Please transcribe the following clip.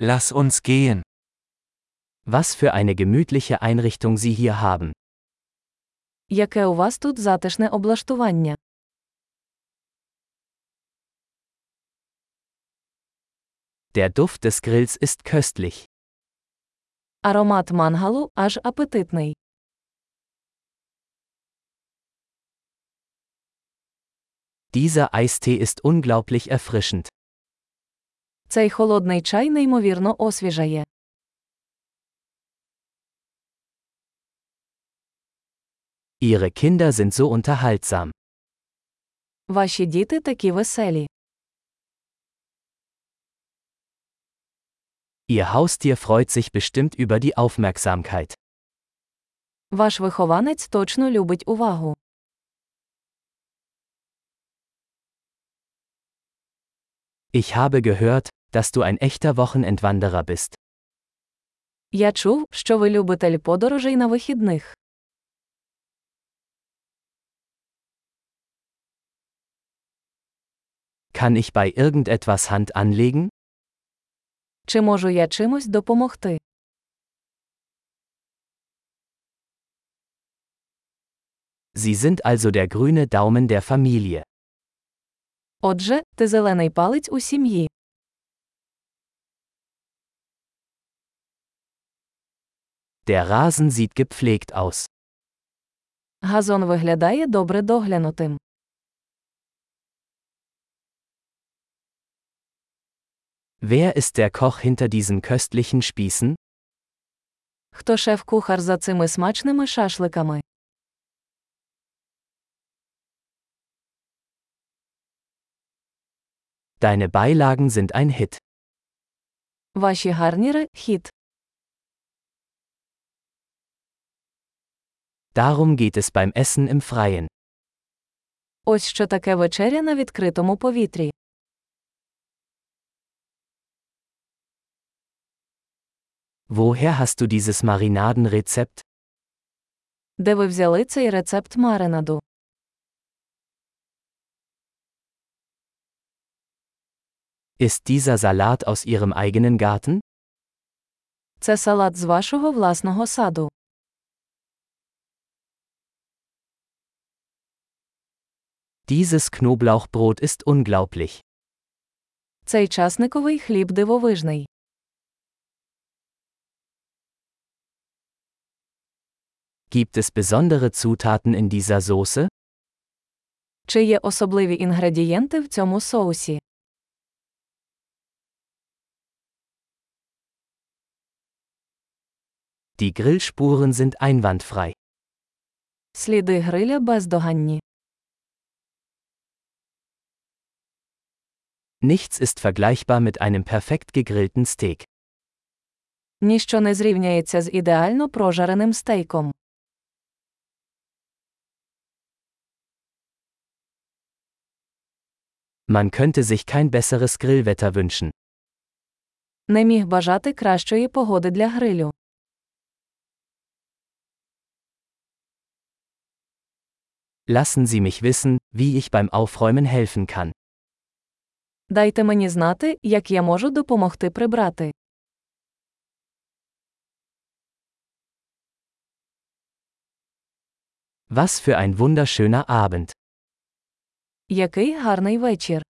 Lass uns gehen. Was für eine gemütliche Einrichtung Sie hier haben. Яке у вас тут затишне облаштування? Der Duft des Grills ist köstlich. Аромат мангалу аж апетитний. Dieser Eistee ist unglaublich erfrischend. Цей холодний чай неймовірно освіжає. Ihre Kinder sind so unterhaltsam. Ваші діти такі веселі. Ihr Haustier freut sich bestimmt über die Aufmerksamkeit. Ваш вихованець точно любить увагу. Ich habe gehört, dass du ein echter Wochenendwanderer bist. Я чув, що ви любитель подорожей на вихідних. Kann ich bei irgendetwas Hand anlegen? Чи можу я чимось допомогти? Sie sind also der grüne Daumen der Familie. Отже, ти зелений палець у сім'ї. Der Rasen sieht gepflegt aus. Газон виглядає добре доглянутим. Wer ist der Koch hinter diesen köstlichen Spießen? Хто шеф-кухар за цими смачними шашликами? Deine Beilagen sind ein Hit. Ваші гарніри хіт. Darum geht es beim Essen im Freien. Ось що таке вечеря на відкритому повітрі. Woher hast du dieses Marinadenrezept? Де ви взяли цей рецепт маринаду? Ist dieser Salat aus ihrem eigenen Garten? Це салат з вашого власного саду. Dieses Knoblauchbrot ist unglaublich. Цей часниковий хліб дивовижний. Gibt es besondere Zutaten in dieser Soße? Чи є особливі інгредієнти в цьому соусі? Die Grillspuren sind einwandfrei. Сліди гриля бездоганні. Nichts ist vergleichbar mit einem perfekt gegrillten Steak. Ніщо не зрівняється з ідеально прожареним стейком. Man könnte sich kein besseres Grillwetter wünschen. Не міг бажати кращої погоди для грилю. Lassen Sie mich wissen, wie ich beim Aufräumen helfen kann. Дайте мені знати, як я можу допомогти прибрати. Was für ein wunderschöner Abend. Який гарний вечір.